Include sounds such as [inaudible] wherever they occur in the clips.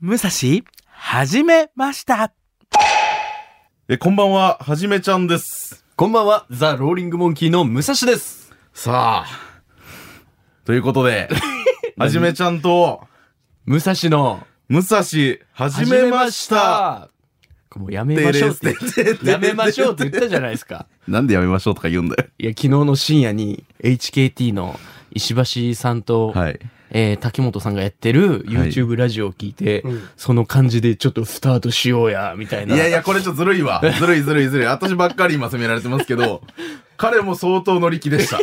武蔵、始めました。え、こんばんは、はじめちゃんです。こんばんは、ザ・ローリング・モンキーの武蔵です。さあ、ということ [laughs] で、はじめちゃんと、武蔵の、武蔵、はじめました。これもうやめましょうってれれててれれ。れやめましょうって言ったじゃないですか。なんでやめましょうとか言うんだよ。いや、昨日の深夜に HKT の石橋さんと、はい。えー滝本さんがやってる YouTube ラジオを聞いて、その感じでちょっとスタートしようや、みたいいな。やいや、これちょっとずるいわ。ずるいずるいずるい。私ばっかり今責められてますけ [laughs] ど、彼も相当乗り気でした。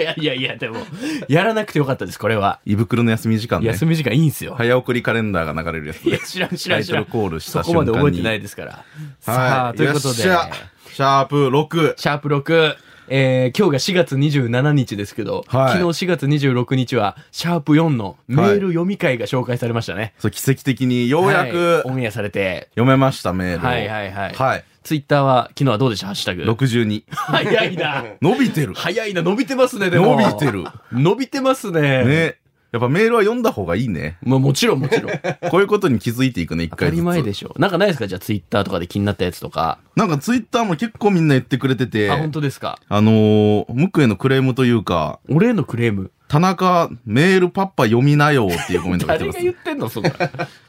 い [laughs] やいやいや、でも、やらなくてよかったです、これは。胃袋の休み時間ね休。み時間いいんすよ。早送りカレンダーが流れるやつねいや、。知らん知らタんイ知トらルん。コールしたそ瞬間こまに。で覚えてないですから。さあ、ということで、よっしゃシャープ6。シャープ6、えー今日が4月27日ですけど、はい昨日4月26日は、シャープ4のメール読み会が紹介されましたね。そう、奇跡的にようやくはいオンエアされて、読めました、メールを。はいはいはいはい。ツイッターは、昨日はどうでしたハッシュタグ。 62。早いな。伸びてる。早いな、伸びてますね、 [laughs] でも。伸びて。る。伸びてます [laughs] ね。ね。やっぱメールは読んだ方がいいね。まあもちろんもち [laughs] ろん。こういうことに気づいていくね、一当回たずつ。り前でしょ。なんかないですかじゃあツイッターとかで気になったやつとか。なんかツイッターも結構みんな言ってくれてて、あ、本当ですか。あのー、向井のクレームというか、俺へのクレーム。田中、メールパッパ読みなよっていうコメントが来てま誰がす。言ってんの [laughs] そんな。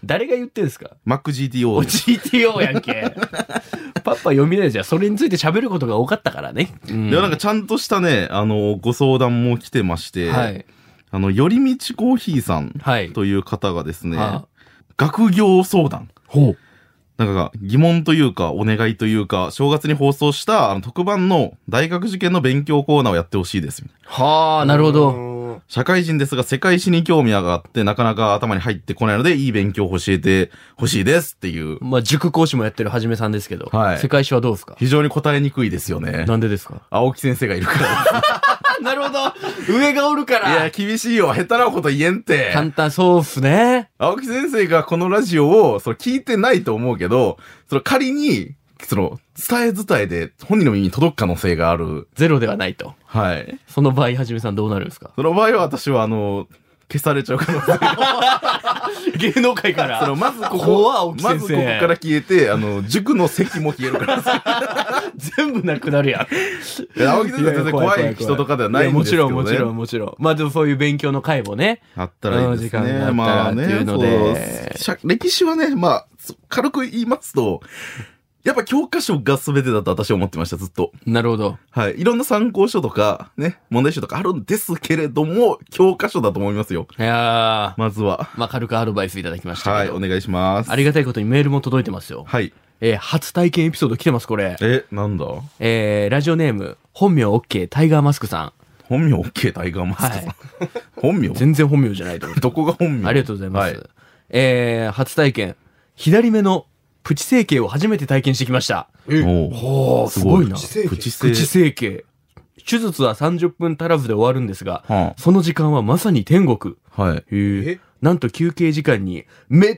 誰が言ってんすか MacGTO おです GTO やんけ。 [laughs] パッパ読みないじゃん。それについて喋ることが多かったからね。うんいや、なんかちゃんとしたね、あのー、ご相談も来てまして、はい。あの、よりみちコーヒーさんはい。という方がですね、あ学業相談。ほう。なんか疑問というかお願いというか正月に放送したあの特番の大学受験の勉強コーナーをやってほしいですみたいなはあ、なるほど。ど。社会人ですが世界史に興味があってなかなか頭に入ってこないのでいい勉強を教えてほしいですっていうまあ、塾講師もやってるはじめさんですけど、はい世界史はどうですか非常に答えにくいですよねなんでで [laughs] すか青木先生がいるかあ、なるほど。上がおるからいや厳しいよ下手なこと言えんって簡単、そうっすね。青木先生がこのラジオをそれ聞いてないと思うけどそれ仮にその伝え伝えで本人の耳に届く可能性があるゼロではないと。はいその場合、はじめさんどうなるんですかその場合は私はあの消されちゃう可能性芸能界から [laughs] そのまずこ怖っこ青、木ま先生ずここから消えて、あの、塾の席も消えるからさ。全部なくなるやん。いや青木先生は全然怖い人とかではないんですけどねやもちろん、もちろん、もちろん。まあでもそういう勉強の会もね。 [laughs] あったらいいですあの時間ね。があったらまあね、っていうのでそうしゃ歴史はね、まあ、そ軽く言いますと、やっぱ教科書が全てだと私は思ってました、ずっと。なるほど。はい。いろんな参考書とか、ね、問題集とかあるんですけれども、教科書だと思いますよ。いやーまずは。まあ軽くアドバイスいただきましたはけい、ど。お願いします。ありがたいことにメールも届いてますよ。はい。えー初体験エピソード来てます、これ。え、なんだえーラジオネーム、本名 OK、タイガーマスクさん。本名 OK、タイガーマスクさん。本名全然本名じゃないと思う。どこが本名ありがとうございます。はえー初体験、左目のプチ整形を初めて体験してきました。おうおー、すごいな。プチ整プチ整形。手術は30分足らずで終わるんですが、はその時間はまさに天国。あはい。へえなんと休憩時間にめっ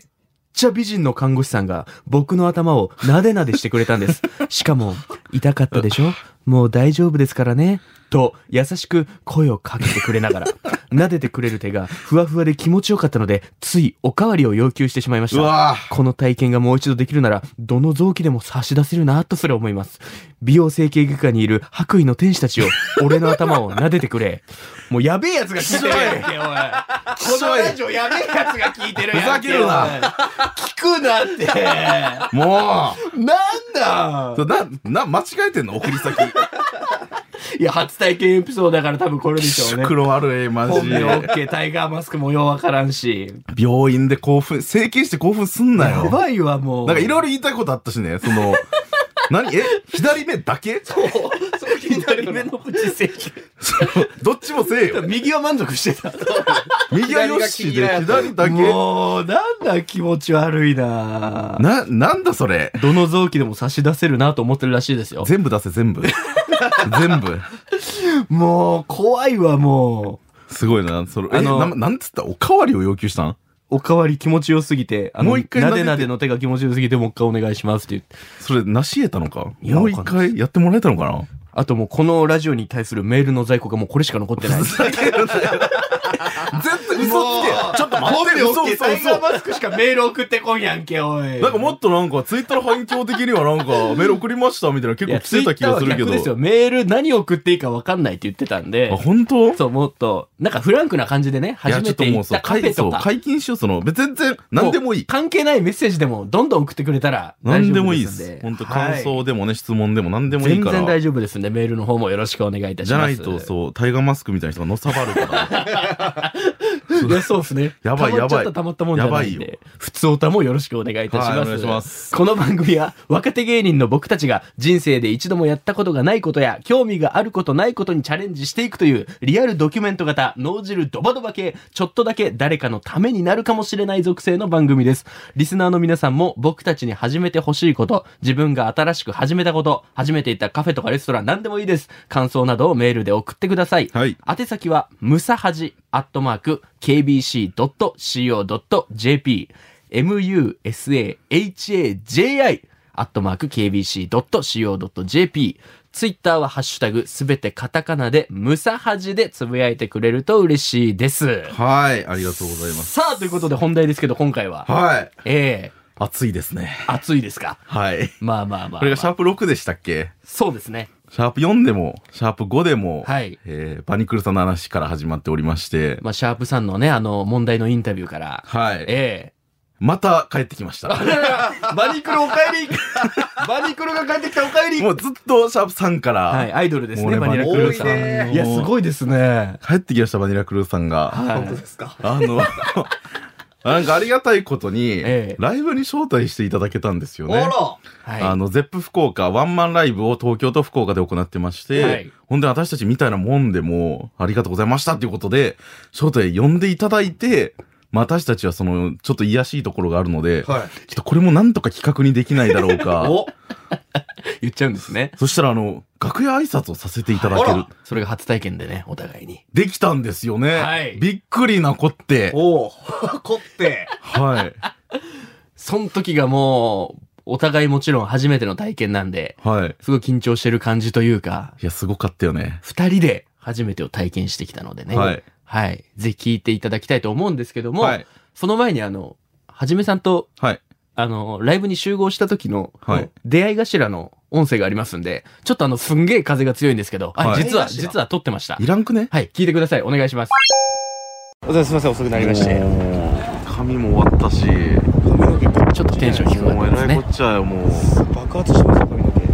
ちゃ美人の看護師さんが僕の頭をなでなでしてくれたん [laughs] です。しかも、痛かったでしょもう大丈夫ですからね。と、優しく声をかけてくれな [laughs] がら、撫でてくれる手がふわふわで気持ちよかったので、ついおかわりを要求してしまいましうた。わこの体験がもう一度できるなら、どの臓器でも差し出せるなとすら思います。美容整形外科にいる白衣の天使たちを、俺の頭を撫でてくれ。 [laughs] もうやべえやつが聞いてるやんけ、おい。 [laughs] このラジオやべえやつが聞いてるやんけ。ふざけるなおい。聞くなって。なもんだうな、な、間違えてんの送り先。いや、初体験エピソードだから多分これでしょうね。黒悪い、マ本ジ名 OK、タイガーマスクもようわからんし。病院で興奮、整形して興奮すんなやよ。ばいわ、もう。なんかいろいろ言いたいことあったしね、その、何え左目だけ [laughs] そう。左目のプチ整形。どっちもせえよ。右は満足してた。右はよしで、左だけ。もう、なんだ気持ち悪いなな、なんだそれ。どの臓器でも差し出せるなと思ってるらしいですよ。全部出せ、全部。全部。もう、怖いわ、もすごいな、それ。え、あのななんつったおかわりを要求したんう。おかわり気持ちよすぎて、あの、もう一回撫なでてでなでの手が気持ちよすぎて、もう一回お願いしますって言って。それ、成し得たのかいやもう一わかんな回やってもらえたのかなあともうこのラジオに対するメールの在庫がもうこれしか残っ [laughs] てない。ふざけるなよ。絶対嘘つけよもうちょっと待ってよ、嘘嘘嘘。マスクしかメール送ってこんやんけ、おいなんかもっとなんか、ツイッターの反響的にはなんか、メール送りましたみたいな結い構や、ツイ来てッた気ターがはするけ逆ですよ。ど。メール何送っていいか分かんないって言ってたんであ、、本当そう、もっと、なんかフランクな感じでね、いや、ちょ初っめとても行うっそうたカフ解ェそとうか、解禁しよう、その、別全然、何でもいい。関係ないメッセージでもどんどん送ってくれたら何でもいい大で丈夫す。ん本当感想でもね、質問でも何でもいいか全然ら。大丈夫ですんで、メールの方もよろしくお願いいたしじゃまなす。いと、そう、タイガーマスクみたいな人がのさばる [laughs] から。いやそうですね。やばい溜まっちゃった溜まったもんじゃないんやばいで。普通おたもよろしくお願いいたします。はいお願いしますこの番組は若手芸人の僕たちが人生で一度もやったことがないことや興味があることないことにチャレンジしていくというリアルドキュメント型脳汁ドバドバ系ちょっとだけ誰かのためになるかもしれない属性の番組です。リスナーの皆さんも僕たちに始めてほしいこと、自分が新しく始めたこと、初めて行ったカフェとかレストラン何でもいいです。感想などをメールで送ってください。はい宛先は、ムサハジアットマーク、kbc.co.jp、musahaji アットマーク、kbc.co.jp、ツイッターはハッシュタグ、すべてカタカナで、ムサハジでつぶやいてくれると嬉しいです。はい、ありがとうございます。さあ、ということで本題ですけど、今回は、はい。ええ暑いですね。暑いですかはい。まあまあまあまあ、これがシャープ6でしたっけそうですね。シャープ4でも、シャープ5でも、はいえーバニクルさんの話から始まっておりまして、まあ、シャープさんのね、あの、問題のインタビューから、はい。ええまた帰ってきました。バニクロおかえりバニクロが帰ってきたおかえりもうずっとシャープ3から、はい、アイドルですもうね、ねバニラクルーさバニラクルーさん。んいや、すごいですね。帰ってきました、バニラクルーさんが。本は当いですか。あ [laughs] の、なんかありがたいことに、ええライブに招待していただけたんですよあね。ら。はい。あの、ゼップ福岡、ワンマンライブを東京と福岡で行ってまして、はいほんで私たちみたいなもんでもう、ありがとうございましたっていうことで、招待呼んでいただいて、まあ私たちはその、ちょっと癒やしいところがあるので、ちょはい。っとこれもなんとか企画にできないだろうか。 [laughs] お言っちゃうんですね。そしたらあの、楽屋挨拶をさせていただけあるら。それが初体験でね、お互いに。できたんですよね。はいびっくりなこって。おお凝って。はい。その時がもう、お互いもちろん初めての体験なんで、はい。すごい緊張してる感じというか、いや、すごかったよね。二人で初めてを体験してきたのでね。はい。はい。ぜひ聞いていただきたいと思うんですけども、はい。その前にあの、はじめさんと、はい。あの、ライブに集合した時の、はい出会い頭の音声がありますんで、ちょっとあの、すんげえ風が強いんですけど、あはい実は、出会い頭実は撮ってましたい。らんくねはい、聞いてください。お願いします。お疲れすみません、遅くなりまして。もう髪も終わったし、髪の毛ちょっとテンション低かもうっえたでらすいこね。っちゃよ、もう。爆発してますよ、髪の毛。も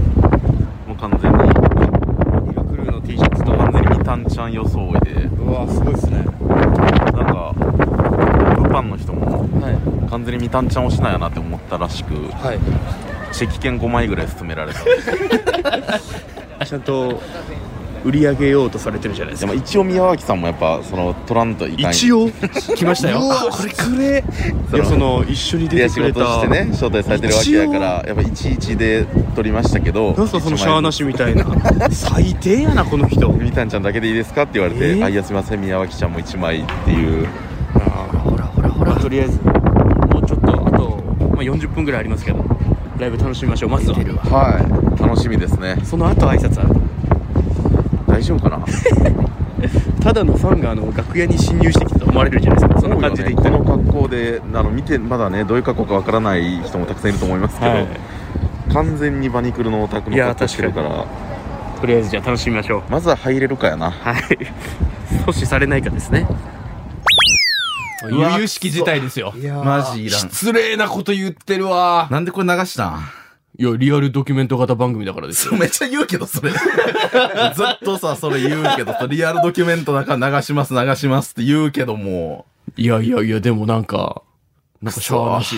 う完全に。ニラクルーの T シャツと。完全にタンちゃん装いで、うわ、すごいですね。なんか、物販の人もはい。完全にみたんちゃんをしないやなって思ったらしく、はい。チェキ券5枚ぐらい勧められた。ちゃんと売り上げようとされてるじゃないででも一応宮脇さんもやっぱ、その、取らんといかん。一応、応来ましたよう。わこれくれそいのやその一緒にい出やて仕くれた事してね、招待されてるわけやから、やっぱいちいちで取りましたけど、なんすかそのシャアなし。しみた [laughs] いな最低やなこの人みたんちゃんだけでいいですかって言われて、えーあ、いやすみません、宮脇ちゃんも1枚っていう。ほらほらほら。とりあえずもうちょっとあと、まあ、40分ぐらいありますけどライブ楽しみましょうまずは出てるわ。はい。楽しみですね。その後挨拶ある大丈夫かなただのファンがあの楽屋に侵入してきたと思われるじゃないですかそんな感じで行ったこら、の格好で、あの、見て、まだね、どういう格好かわからない人もたくさんいると思いますけど、は完全にバニクルのオタクのいや格好してるからい、とりあえずじゃあ楽しみましょうまずは入れるかやなはい阻止されないかですね悠々しき事態ですよ。やマジいらん失礼なこと言ってるわ。なんでこれ流したんいや、リアルドキュメント型番組だからですよ。めっちゃ言うけどそれ [laughs] ずっとさそれ言うけどそれリアルドキュメントだから流します流しますって言うけどもいやいやいや、でもなんか、なんかシャアなし。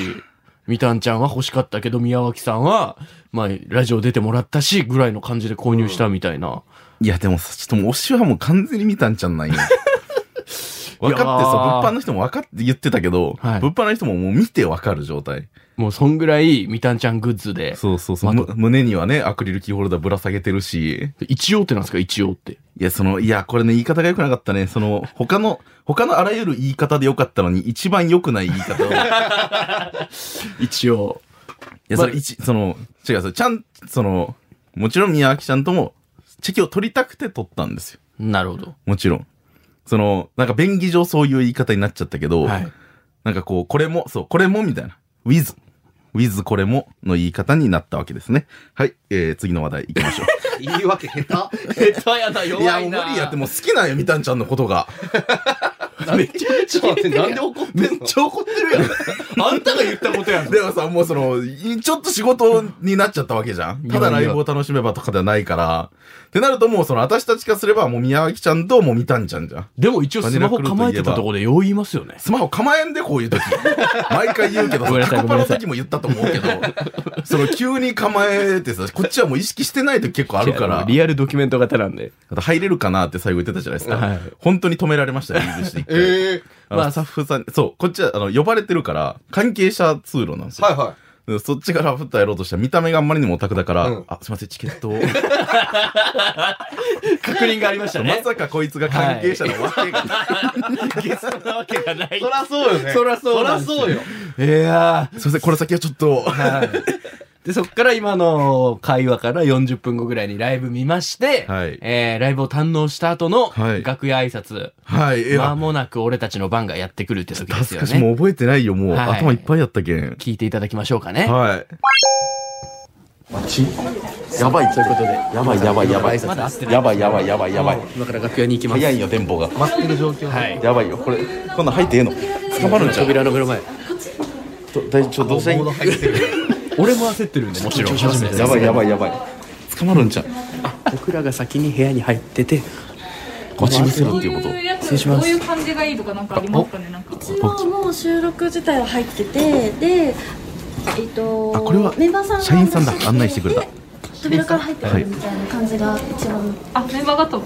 みたんちゃんは欲しかったけど、宮脇さんは、まあ、ラジオ出てもらったし、ぐらいの感じで購入したみたいな。いやでもさちょっともう推しはもう完全に見たんちゃんないよ分かってさいやー物販の人も分かって言ってたけど、はい物販の人ももう見て分かる状態もうそんぐらい、みたんちゃんグッズで。そうそうそう、まむ胸にはねアクリルキーホルダーぶら下げてるし一応ってなんですか一応って。いや、その、いや、これね、言い方が良くなかったね。その、他の、他のあらゆる言い方で良かったのに、一番良くない言い [laughs] 方を。い一応。や、それ、一、その、違う、それ、ちゃん、その、もちろん宮脇ちゃんとも、チェキを取りたくて取ったんですよ。なるほど。もちろん。その、なんか便宜上そういう言い方になっちゃったけど、はいなんかこう、これも、そう、これもみたいな。with。with これもの言い方になったわけですね。はい。えー、次の話題行きましょう。 [laughs] 言い訳下手。下手やな、弱いいや、な。もう無理やって、もう好きなんよ、みたんちゃんのこと [laughs] が。めちゃめちゃ待って、なんで怒ってんのめっちゃ怒ってるやん。あんたが言ったことやん。でもさ、もうその、いちょっと仕事になっちゃったわけじゃん。ただライブを楽しめばとかではないから。ってなるともうその、私たちからすればもう宮脇ちゃんともうみたんちゃんじゃん。でも一応スマホ構えてたところでよう言いますよね。スマホ構えんで、こういう時。 [laughs] 毎回言うけどごめんなさ、さいタコパごめんなのさい時も言ったと思うけど、その急に構えてさ、こっちはもう意識してない時結構あるから、リアルドキュメント型なんで。あと入れるかなって最後言ってたじゃないですか。はい本当に止められましたよ、水して一回。ええあのスタッフさん、そう、こっちはあの呼ばれてるから、関係者通路なんですよ。はいはでそっちからふっとやろうとしたら見た目があんまりにもオタクだから、うんあ、すいません、チケッ [laughs] トを。確認がありましたま [laughs] ね。さかこいつが関係者のわけが、ゲストなわけがないい。そ。らそうよね。そらそうなんそらですそうよ。いやすいません、この先はちょっと、ー。はい。で、そっから今の会話から40分後ぐらいにライブ見まして、はいえー、ライブを堪能した後のはい楽屋挨拶、はい、えまや、もなく俺たちの番がやってくるって時です恥ずよかしいもね。う覚えてないよ、もう、はい頭いっぱいやったけん。聞いていただきましょうかね。はい。やばい、ということで。やばい、やばい、やばい。やばい、やばい、やばい、やばい。今から楽屋に行きます。早いよ、電報が。待ってる状況。はい。やばいよ。これ、こんなん入ってええの捕まるんちゃう扉の目の前。ど大丈夫、どうしたらいい [laughs] 俺も焦ってるんで、もちろん。やばい、やばい、やばい。捕まるんちゃう僕らが先に部屋に入ってて、待ち見せろっていうこと。失礼します。どういう感じがいいとかなんかありますかね。なんか。一応もう収録自体は入っててでえっとあこれはメンバーさんが社員さんだ案内してくれたで扉から入ってくるみたいな感じが一番、あ、メンバーがと。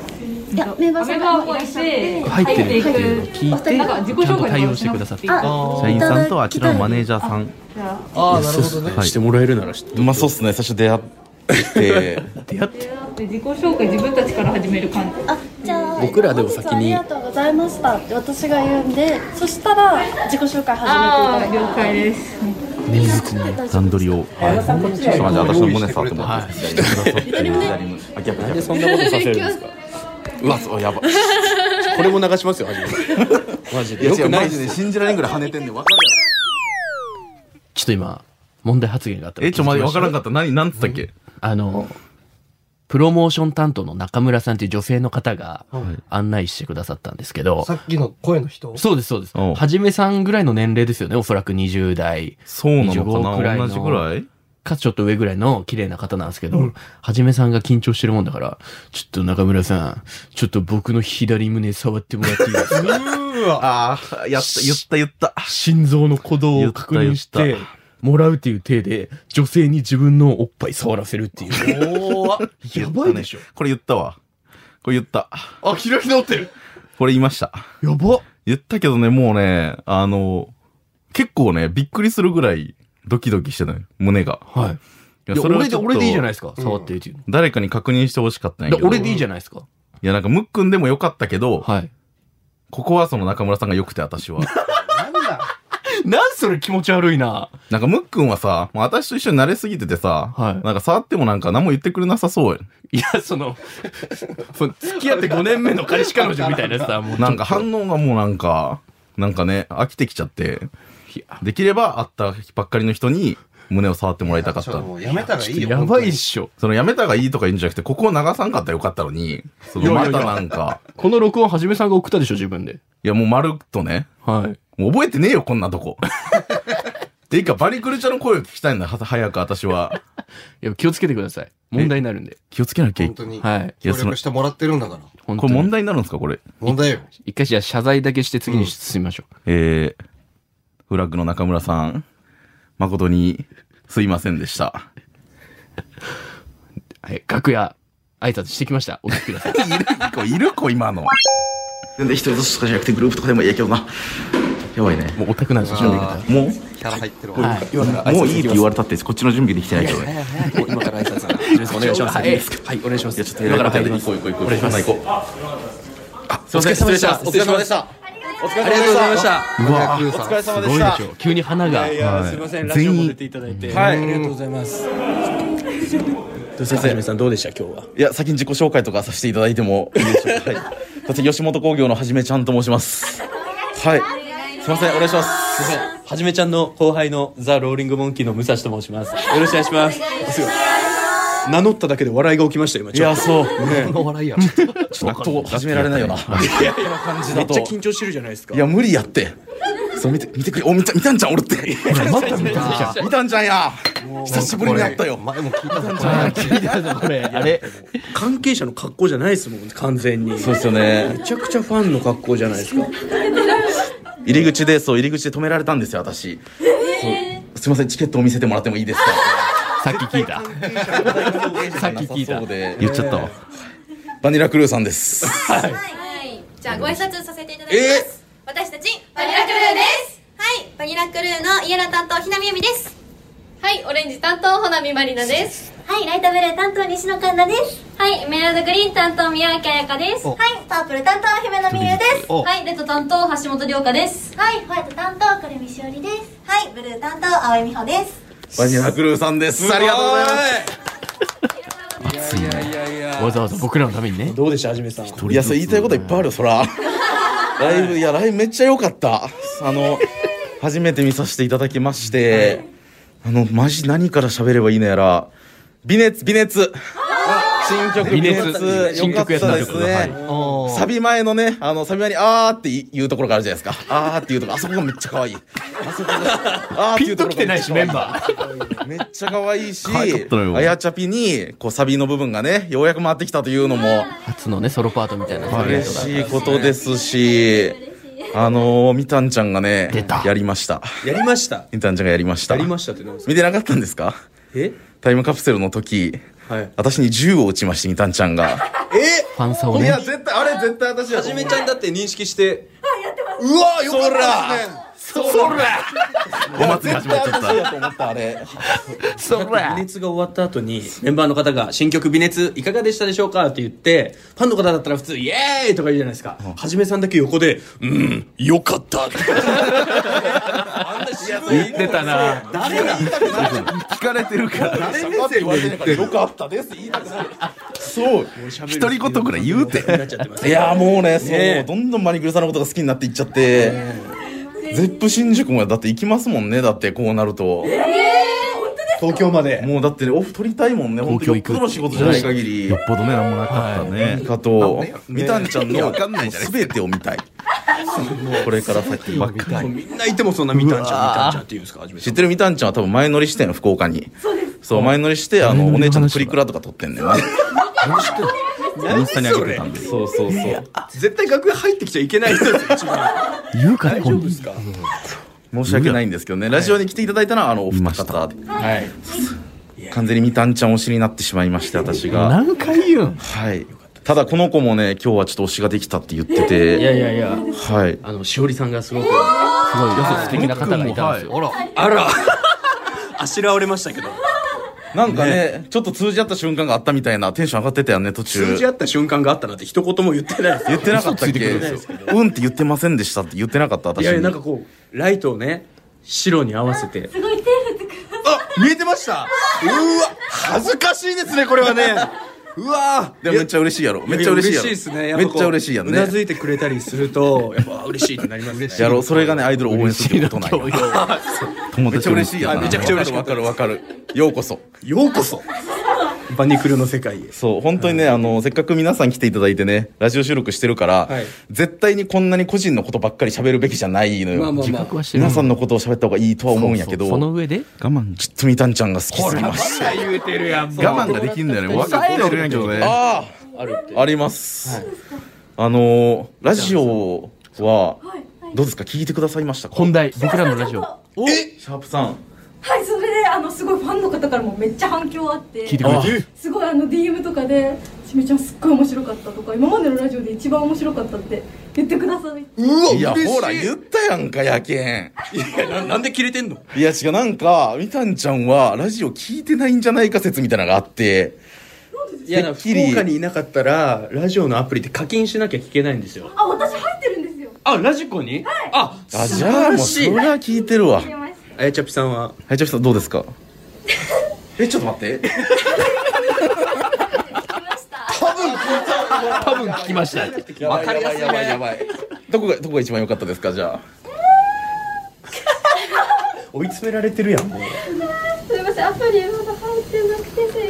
いやメンバーさんメがンバーがいては入ってるっていうのを聞おい二人て、なんがか自己紹介ちゃんと対応してくださってあ社員さんとあちらのマネージジャーさん。じゃあああ、なるほどね。はいしてもらえるなら知って。まあそうっすね、最初出会って、 [laughs] で自己紹介自分たちから始める感じ。あじゃあ僕らでも先に本日はありがとうございましたって私が言うんでそしたら自己紹介始あめあ、てい了解です。ただいて段取りを。ちょっと待って、私の胸触ってもらって。左胸あ、逆逆そんなことさせるんですか。うわ、そう、やばい。これも流しますよ、初め [laughs] て。マジで。よくないマジで信じられんぐらい跳ねてんねん。わかるちょっと今、問題発言があったえ、ちょ、待って、わからんかかった。何、何つったっけあの、プロモーション担当の中村さんという女性の方が案内してくださったんですけど、さっきの声の人そうです、そうです。うんはじめさんぐらいの年齢ですよね、おそらく20代そうなの25くらかいなの同じぐらいかちょっと上ぐらいの綺麗な方なんですけど、はじめさんが緊張してるもんだから、ちょっと中村さん、ちょっと僕の左胸触ってもらっていいですかああ、やった、言った、言った。心臓の鼓動を確認し言てった言、もらうっていう体で、女性に自分のおっぱい触らせるっていう。やばいでし言ったょね。これ言ったわ。これ言った。あ、開き直ってる。これ言いました。やば言ったけどね、もうね、あの、結構ね、びっくりするぐらいドキドキしてたよ、胸が。はい。いやいや俺で、俺でいいじゃないいですか。触ってるっていうの。誰かに確認してほしかったんやだけど。俺でいいいじゃないですか。や、なんか、ムックンでもよかったけど、はい。ここはその中村さんが良くて、私 [laughs] は。なんだなんそれ気持ち悪いな。なんか、ムックンはさ、もう私と一緒に慣れすぎててさ、はいなんか、触ってもなんか何も言ってくれなさそうやいや、その、 [laughs] その付き合って5年目の彼氏彼女みたいなさ、もう。なんか、反応がもうなんか、なんかね、飽きてきちゃって、できれば会ったばっかりの人に胸を触ってもらいたかっちょったと。もうやめたらいいよ。やばいっしょ。そのやめたがいいとか言うんじゃなくて、ここを流さんかったらよかったのに、そのいやいまやいやたなんか、この録音はじめさんが送ったでしょ、自分で。いやもうまるっとね、はい。もう覚えてねえよ、こんなとこ。ていうか、バリクルちゃんの声を聞きたいんだ、は早く私は。いや、気をつけてください。問題になるんで。気をつけなきゃい本け当に。はい。いや協その力してもらってるんだから。本こ当れ問に。題になるんですか、これ。問題よ。一回じゃあ謝罪だけして次に進みましょう。えー、フラッグの中村さん、誠にすいませんでした。はい。楽屋、挨拶してきました。お聞きください。 [laughs] いる子、いる子、今の。も全然一人ずつとかじゃなくてグループとかでもいいけどな。やばいね。うオタクなんですよ、準備あ方。もう、ーキャラ入ってるわ。はい。もういいって言われたって、こっちの準備できてないけどね。今から挨拶だな。お願いします。はい、お願いします。ちょっとやらかに行こう行こう行こう。お願いします。行こう。お疲れ様でした。。お疲れ様でしたた。お疲れ様でした。お疲れ様でした。急に花が。いや、すみません。ラジオも出ていただいて。はい。ありがとうございます。どうせはじめさんどうでした今日はいや、先に自己紹介とかさせていただいてもいいでしょうか。 [laughs] はい。私、吉本興業のはじめちゃんと申します。はい。すいません、お願いします。はじめちゃんの後輩のザ・ローリング・モンキーの武蔵と申しますよろしくお願いしますすごい名乗っただけで笑いが起きましたよ今いちょや、っとそう。ね笑いや。ちょっと始められないよな。この感じめだっちゃと。緊張してるじゃないですかいや、無理やって。そう、見て、見てくれ。お、見た、見たんちゃん、俺って。また見たんちゃん。見たんちゃんや。久しぶりにやったよ。前も聞いたこれあれ関係者の格好じゃないですもん完全にそうですよね。めちゃくちゃファンの格好じゃないですか入り口で、そう、入り口で止められたんですよ、私。そうすいません、チケットを見せてもらってもいいですかさっき聞いた。さっき聞いたそう。で、言っちゃったわ。バニラクルーさん [laughs] です。はい。じゃあご挨拶させていただきます。私たちバニラクルーです。はい、バニラクルーの家の担当ひなみゆみです。はい、オレンジ担当ほなみまりなです。はい、ライトブルー担当西野かんなです。はい、メラルドグリーン担当宮脇彩香です。はい、パープル担当姫野美優です。はい、レッド担当橋本涼香です。はい、ホワイト担当くるみしおりです。はい、ブルー担当青井美穂です。バニラクルーさんです。ありがとうございます。わざわざ僕らのためにね。どうでしたはじめさんいや、それ言いたいこといっぱいあるよ、そら。ライブ、いや、ライブめっちゃ良かった。あの、初めて見させていただきまして、あの、マジ何から喋ればいいのやら、微熱、微熱。新曲、微熱。新良かっ曲やったたんでですすよはいね。サビ前のね、あの、サビ前に、あーって言うところがあるじゃないですか。あーっていうところ、あそこがめっちゃ可愛い。あそこが、あーっていうところがめっちゃ可愛い。バー。めっちゃ可愛いし、可愛かったのよあやちゃぴに、こう、サビの部分がね、ようやく回ってきたというのも、初のね、ソロパートみたいな。嬉しいことですし、あのー、みたんちゃんがね、やりました。やりましたみたんちゃんがやりました。やりましたって何ですか見てなかったんですかえタイムカプセルの時、はい私に銃を撃ちまして、みたんちゃんが。ファンサをいねや、。絶対、あれ絶対私やはとじ思うめちゃんだって認識してうわよかったですね。そらお [laughs] 祭り始まっちゃった。と思った、あれ。そ微熱が終わった後にメンバーの方が「新曲微熱いかがでしたでしょうか?」って言ってファンの方だったら普通「イエーイ!」とか言うじゃないですか、はじめさんだけ横で「うんよかった」 [laughs] ってあんな渋い言ってたな。誰が聞かれてるから。誰目線でよかったです。言いたくない。そう。独り言ぐらい言うて。なっちゃってますいやもうね、そう、ねえどんどんマニクルさんのことが好きになっていっちゃって、ゼップ新宿もだって行きますもんね、だってこうなると。東京までもうだってね、オフ取りたいもんね、本当に東京行くプロの仕事じゃない限り。よっぽどね、なんもなかったね。かと、みたんちゃんいやのわかんないじゃない全てを見 [laughs] たい。これから先。みんないてもそんな見たんちゃん見たんちゃんって言うんですかはじめ知さっんてるみたんちゃんは多分前乗りしてんの、福岡に。そう前乗りして、あの、お姉ちゃんのプリクラとか撮ってんねんな。インスタに上げてたんで。そうそうそう。絶対楽屋入ってきちゃいけない人ですよ一番言うから、大丈本夫当でに。すか申し訳ないんですけどね、ラジオに来ていただいたのは、あの、お二方で。はい。完全にみたんちゃん推しになってしまいまして、私が。何回言うんはい。ただ、この子もね、今日はちょっと推しができたって言っていやて、いやいやはい。あのしおりさんがすごくすごい、素敵な方がいたんですよ。あら [laughs] あしらわれましたけどなんかね、ちょっと通じ合った瞬間があったみたいな、テンション上がってたよね、途 [laughs] 通中じ。合った瞬間があったなんて一言も言ってないです言ってなかったっけ嘘ついてくるんですようんって言ってませんでしたって言ってなかった、私いに。やいやなんかこうライトをね白に合わせてすごい手振ってくる。あ見えてましたうーわ恥ずかしいですねこれはねうわ [laughs] ーでもめっちゃ嬉しいやろ。めっちゃ嬉しいやろ。やですねめっちゃ嬉しいやんうなずね。いてくれたりするとやっぱ嬉しいってなりますねやろう、それがね、アイドルを応援することない。友めっちゃ嬉しいやんめちゃくちゃ嬉しかわっかるわかる。ようこそ。ようこそバニクルの世界へそう、本当にね、あの、せっかく皆さん来ていただいてね、ラジオ収録してるから、はい絶対にこんなに個人のことばっかり喋るべきじゃないのよ。まあまあまあ僕は知ら皆んさんのことを喋った方がいいとは思うんやけど、その上で、我慢。ちょっとみたんちゃんが好きすぎました。我慢ができんだよね。分かってはいるんやけどね。ああるってあ、あります。あの、ラジオは、どうですか聞いてくださいましたか本題、僕らのラジオ、えシャープさん。はいそれであのすごいファンの方からもめっちゃ反響あって聞いてくれてるすごいあの DM とかで「しめちゃんすっごい面白かった」とか「今までのラジオで一番面白かった」って言ってくださいいや、ほら、言ったやんか、やけん。いやななんでキレてんのいや、違う、なんか、みたんちゃんは、ラジオ聞いてないんじゃないか説みたいなのがあって、いやてっ福きり岡にいなかったらラジオのアプリって課金しなきゃ聞けないんですよあ私入ってるんですよあラジコに、ああ、素じ晴ゃあ、らもう、しそいれは聞いてるわ。あやちゃぴさんははい、ジョフさん、どうですかえ、ちょっと待って。多分聞きましたわかりやすいやばいやばいどこがどこが一番良かったですかじゃあ追い詰められてるやんすいませんアプリまだ入ってなくてすい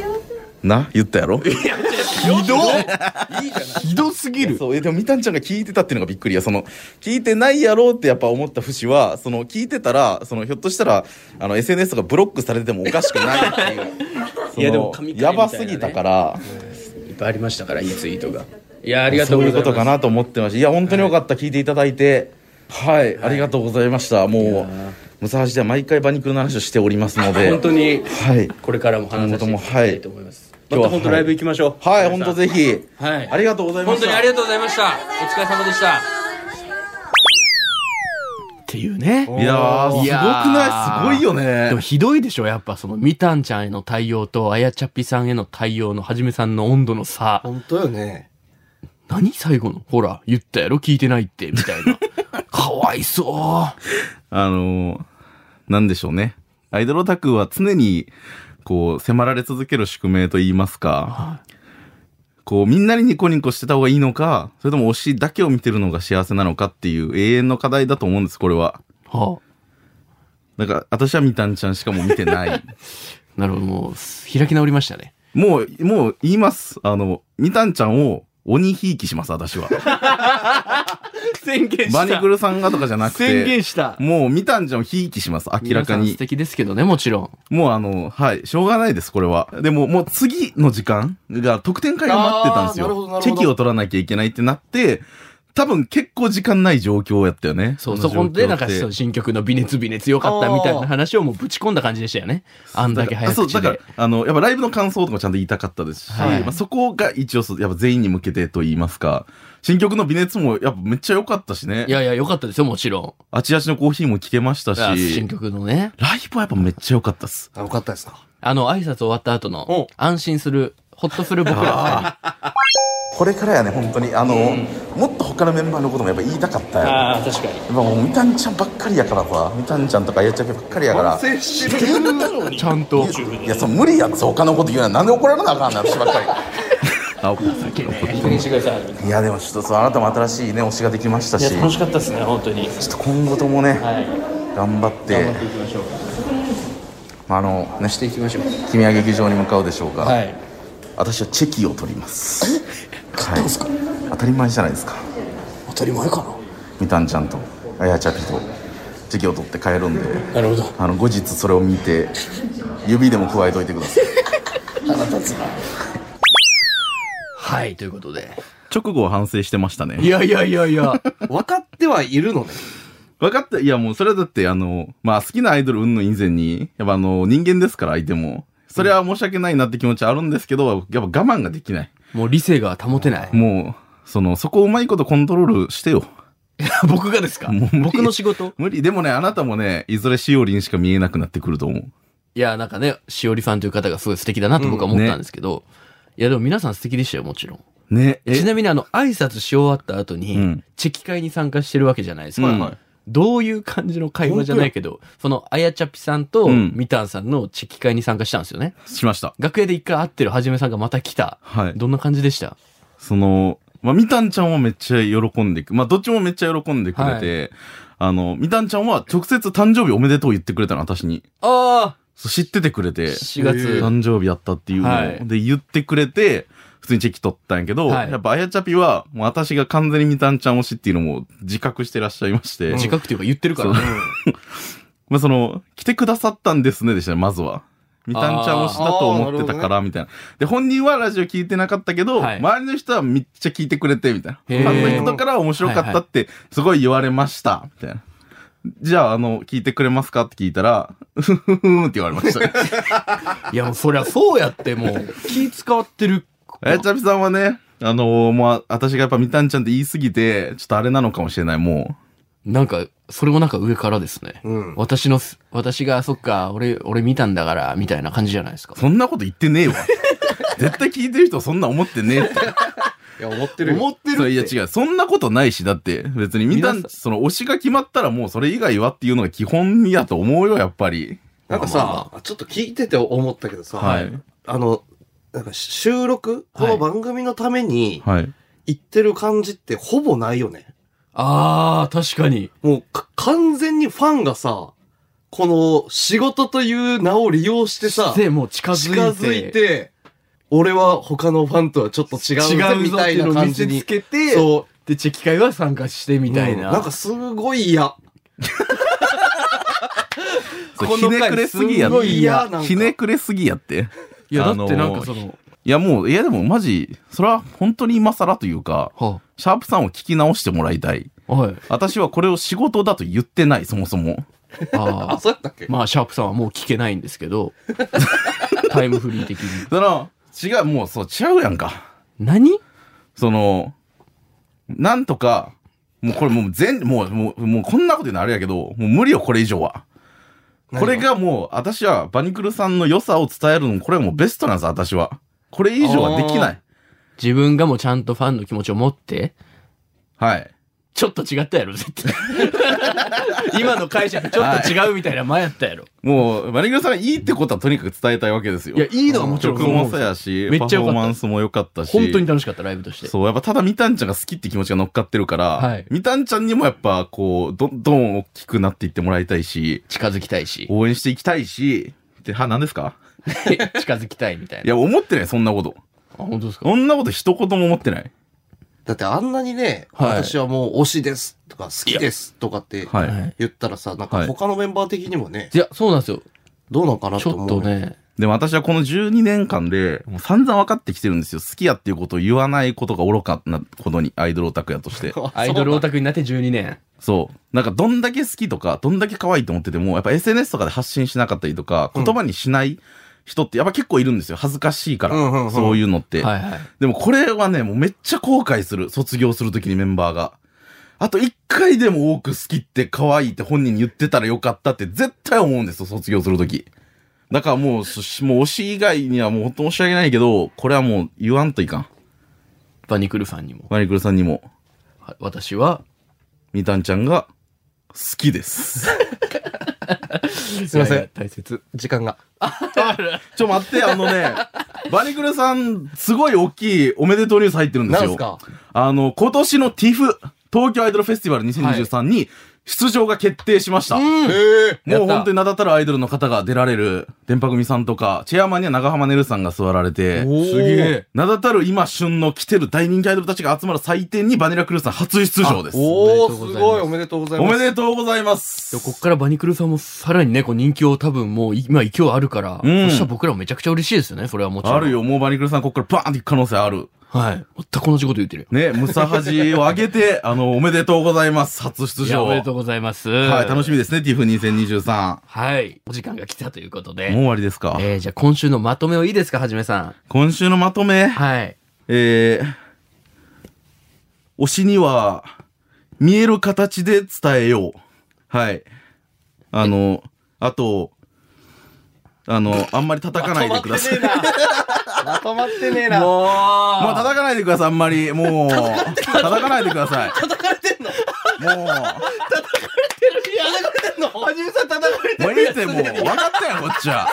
ませんな言ったやろひどひどすぎるそうえでもみたんちゃんが聞いてたっていうのがびっくりやその聞いてないやろうってやっぱ思った節はその聞いてたらそのひょっとしたらあの SNS とかブロックされてもおかしくないっていう [laughs] そのいやでも神回みたいなねやばすぎたからいっぱいありましたからいいツイートがいいやありがとうございまそういすうことかなと思ってましたいや本当によかった、聞いていただいてはい、ありがとうございましたもう武蔵では毎回馬肉の話をしておりますので本当にはいこれからも話させていただきたいと思います今日まはた本当ライブ行きましょうはい、皆本さ当んぜひはいありがとうございまし本た当にありがとうございましたお疲れ様でしたっていうね。いやーすごくないすごいよねでもひどいでしょ、やっぱその、みたんちゃんへの対応と、あやちゃっぴさんへの対応のはじめさんの温度の差。本当よね。何最後のほら、言ったやろ聞いてないって、みたい [laughs] な。かわいそう。あのーなんでしょうね。アイドルオタクは常に、こう、迫られ続ける宿命と言いますか、こう、みんなにニコニコしてた方がいいのか、それとも推しだけを見てるのが幸せなのかっていう永遠の課題だと思うんです、これは。はだから、私はみたんちゃんしかもう見て [laughs] ない。なるほど、もう、開き直りましたね。もう、もう言います。あの、みたんちゃんを鬼ひいきします、私 [laughs] は。宣言バニクルさんがとかじゃなくて。宣言した。もう、みたんちゃんをひいきします、明らか皆さんに素。敵ですけどね、もちろん。もうあの、はい、しょうがないです、これは。でも、もう次の時間が得点会が待ってたんですあーなるほどなるよ。ほチどェキを取らなきゃいけないってなって、多分結構時間ない状況やったよね。そう、の状そ況こで、なんっか、てそう新曲の微熱微熱良かったみたいな話をもうぶち込んだ感じでしたよね。あんだけ早そう口だからで。、あの、やっぱライブの感想とかもちゃんと言いたかったですし、はいまあ、そこが一応そう、やっぱ全員に向けてと言いますか、新曲の微熱もやっぱめっちゃ良かったしね。いやいや、良かったですよ、もちろん。あちあちのコーヒーも聞けましたあし、新曲のね。ライブはやっぱめっちゃ良かったっす。良かったですかあの、挨拶終わった後の、安心する、ほっとする僕らこれからやね本当にあの、もっと他のメンバーのこともやっぱ言いたかったよああ確かにやっぱもうみたんちゃんばっかりやからさみたんちゃんとかあやちゃんばっかりやから反省 [laughs] してるのにちゃんといやそう無理やん他のこと言うななんで怒られなあかんの私ばっかりあ怒してくださいいやでもちょっとそうあなたも新しいね推しができましたいしや楽しかったですね本当にちょっと今後ともね、頑張って頑張っていきましょうあのねしていきましょう君は劇場に向かうでしょうかはい私はチェキを取ります買ったんですか、当たり前じゃないですか当たり前かなみたんちゃんとあやちゃぴとチェキを取って帰るんでなるほどあの後日それを見て指でも加えといてください腹立つなはい、ということで。直後は反省してましたね。いやいやいやいや、分かってはいるのね。分かって、いやもうそれはだってあの、まあ好きなアイドル云々以前に、やっぱあの人間ですから相手も。それは申し訳ないなって気持ちはあるんですけど、やっぱ我慢ができない。もう理性が保てない。もう、その、そこをうまいことコントロールしてよ。 [laughs] 僕がですか僕の仕事無理。でもね、あなたもね、いずれしおりんしか見えなくなってくると思う。いや、なんかね、しおりさんという方がすごい素敵だなと僕は思ったんですけど、いや、でも皆さん素敵でしたよ、もちろん。ね。ちなみにあの、挨拶し終わった後に、チェキ会に参加してるわけじゃないですか。うんはいどういう感じの会話じゃないけど、その、あやちゃぴさんと、うんみたんさんのチェキ会に参加したんですよね。しました。楽屋で一回会ってるはじめさんがまた来た。はい。どんな感じでしたその、まあ、みたんちゃんはめっちゃ喜んでく、まあ、どっちもめっちゃ喜んでくれて、あの、みたんちゃんは直接誕生日おめでとう言ってくれたの、私に。ああそう知っててくれて、 4月誕生日やったっていうのを、はいで、言ってくれて、普通にチェキ取ったんやけど、はいやっぱあやちゃぴは、もう私が完全にみたんちゃん推しっていうのも自覚してらっしゃいまして。自覚っていうか言ってるからねそうまあその、来てくださったんですねでしたね、まずは。みたんちゃん推しだと思ってたから、みたいな。で、本人はラジオ聞いてなかったけど、周りの人はめっちゃ聞いてくれて、みたいな。フへーァンの人から面白かったって、すごい言われました、みたいな。じゃあ、あの、聞いてくれますかって聞いたら、 [laughs] ふふふんって言われましたね。いや、もうそりゃそうやって、もう、気使ってる。あやちゃぴさんはね、あのー、もう、私がやっぱみたんちゃんって言いすぎて、ちょっとあれなのかもしれない、もう。なんか、それもなんか上からですね。私の、私が、そっか、俺、俺見たんだから、みたいな感じじゃないですか。そんなこと言って [laughs] ねえわ。絶対聞いてる人そんな思ってねえって。いや思って [laughs] 思ってるいや違う。そんなことないし、だって別にみんな、その推しが決まったらもうそれ以外はっていうのが基本やと思うよ、やっぱり。なんかさ、ちょっと聞いてて思ったけどさ、はいあの、なんか収録、この番組のためにはい。行ってる感じってほぼないよね。ああ、確かに。もうか完全にファンがさ、この仕事という名を利用してさ、してもう近づいて近づいて俺は他のファンとはちょっと違う違ぜうみみたたいいなな感感じじにに。見せつけて、。そうで、チェキ会は参加してみたいな。うんなんかすごい嫌。ひねくれすぎやこの回すんごい嫌なんかひねくれすぎやって。いやだってあーなんかそのいやもう、いやでもマジ、それは本当に今更というか、シャープさんを聞き直してもらいたい。私はこれを仕事だと言ってない、そもそも。 [laughs] あそうやったっけまあ、シャープさんはもう聞けないんですけ [laughs] ど、タイムフリー的に。その、違う、もうそう、違うやんか。何その、なんとか、もうこれもう全、もう、もう、もうこんなこと言うのあれやけど、もう無理よ、これ以上は。これがもう、私はバニクルさんの良さを伝えるの、これはもうベストなんです、私は。これ以上はできない。自分がもうちゃんとファンの気持ちを持って、はい。ちょっと違ったやろ、絶対。今の解釈ちょっと違うみたいな前やったやろ。もう、バニクルさんがいいってことはとにかく伝えたいわけですよ。いやいいのはもちろん曲もそうやし、めっパちフゃォ良かったーマンスも良かったし。本当に楽しかった、ライブとして。そう、やっぱただみたんちゃんが好きって気持ちが乗っかってるから、みたんちゃんにもやっぱこう、どんどん大きくなっていってもらいたいし、近づきたいし、応援していきたいし、って、は、何ですか [laughs] 近づきたいみたいいや、思ってない、そんなこと。あ、本当ですかそんなこと一言も思ってない。だってあんなにね、はい私はもう推しですとか好きですとかってはい言ったらさ、なんはかい他のメンバー的にもね、いや、そうなんですよ。どうなんかなと思う。ちょっ [laughs] とね。でも私はこの12年間で、もう散々分かってきてるんですよ。好きやっていうことを言わないことが愚かなことに、アイドルオタクやと [laughs] して。アイドルオタクになって12年。そう。なんかどんだけ好きとか、どんだけ可愛いと思ってても、やっぱ SNS とかで発信しなかったりとか、言葉にしない人ってやっぱ結構いるんですよ。恥ずかしいから。うんうんうんそういうのって、はいはいでもこれはね、もうめっちゃ後悔する。卒業するときにメンバーが。あと一回でも多く好きって可愛いって本人に言ってたらよかったって絶対思うんですよ、卒業するとき。だからもう、しもう推し以外にはもう本当申し訳ないけど、これはもう言わんといかん。バニクルさんにも。バニクルさんにも。私は、みたんちゃんが好きです。 [laughs] すいません。大切。時間が。ちょ待って、あのね、バニクルさん、すごい大きいおめでとうニュース入ってるんですよ。なんすかあの、今年の TIFF、東京アイドルフェスティバル2023に出場が決定しました。もう本当に名だたるアイドルの方が出られる、電波組さんとか、チェアマンには長濱ねるさんが座られて、おーすげえ名だたる今旬の来てる大人気アイドルたちが集まる祭典にバニラクルーさん初出場です。おおすごい、おめでとうございます。おめでとうございます。でもこっからバニクルさんもさらにね、こう人気を多分もう今勢いあるから、うんそしたら僕らもめちゃくちゃ嬉しいですよね、それはもちろん。あるよ、もうバニクルさんこっからバーンっていく可能性ある。はい。全く同じこと言ってるよ。ね、ムサハジを上げ [laughs] て、あの、おめでとうございます。初出いや場。おめでとうございます。はい、楽しみですね、ティフ2023。はい。お時間が来たということで。もう終わりですか。えー、じゃあ今週のまとめをいいですか、はじめさん。今週のまとめ。はい。えー、推しには、見える形で伝えよう。はい。あの、あと、あの、あんまり叩かないでください。もまとまってねえな。もう、う叩かないでください、あんまり。もう、叩かないでください。叩かれてんのもはじめさん叩かれう、もういいって、もう、分かったやん、こっちは。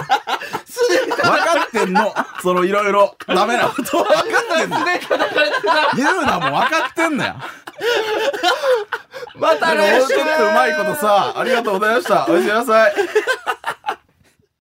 分かってんの。その、いろいろ、ダメなこと分かってんの。言うな、もう分かってんのや。また来週ちょっとうまいことさ、ありがとうございました。おやすみなさい。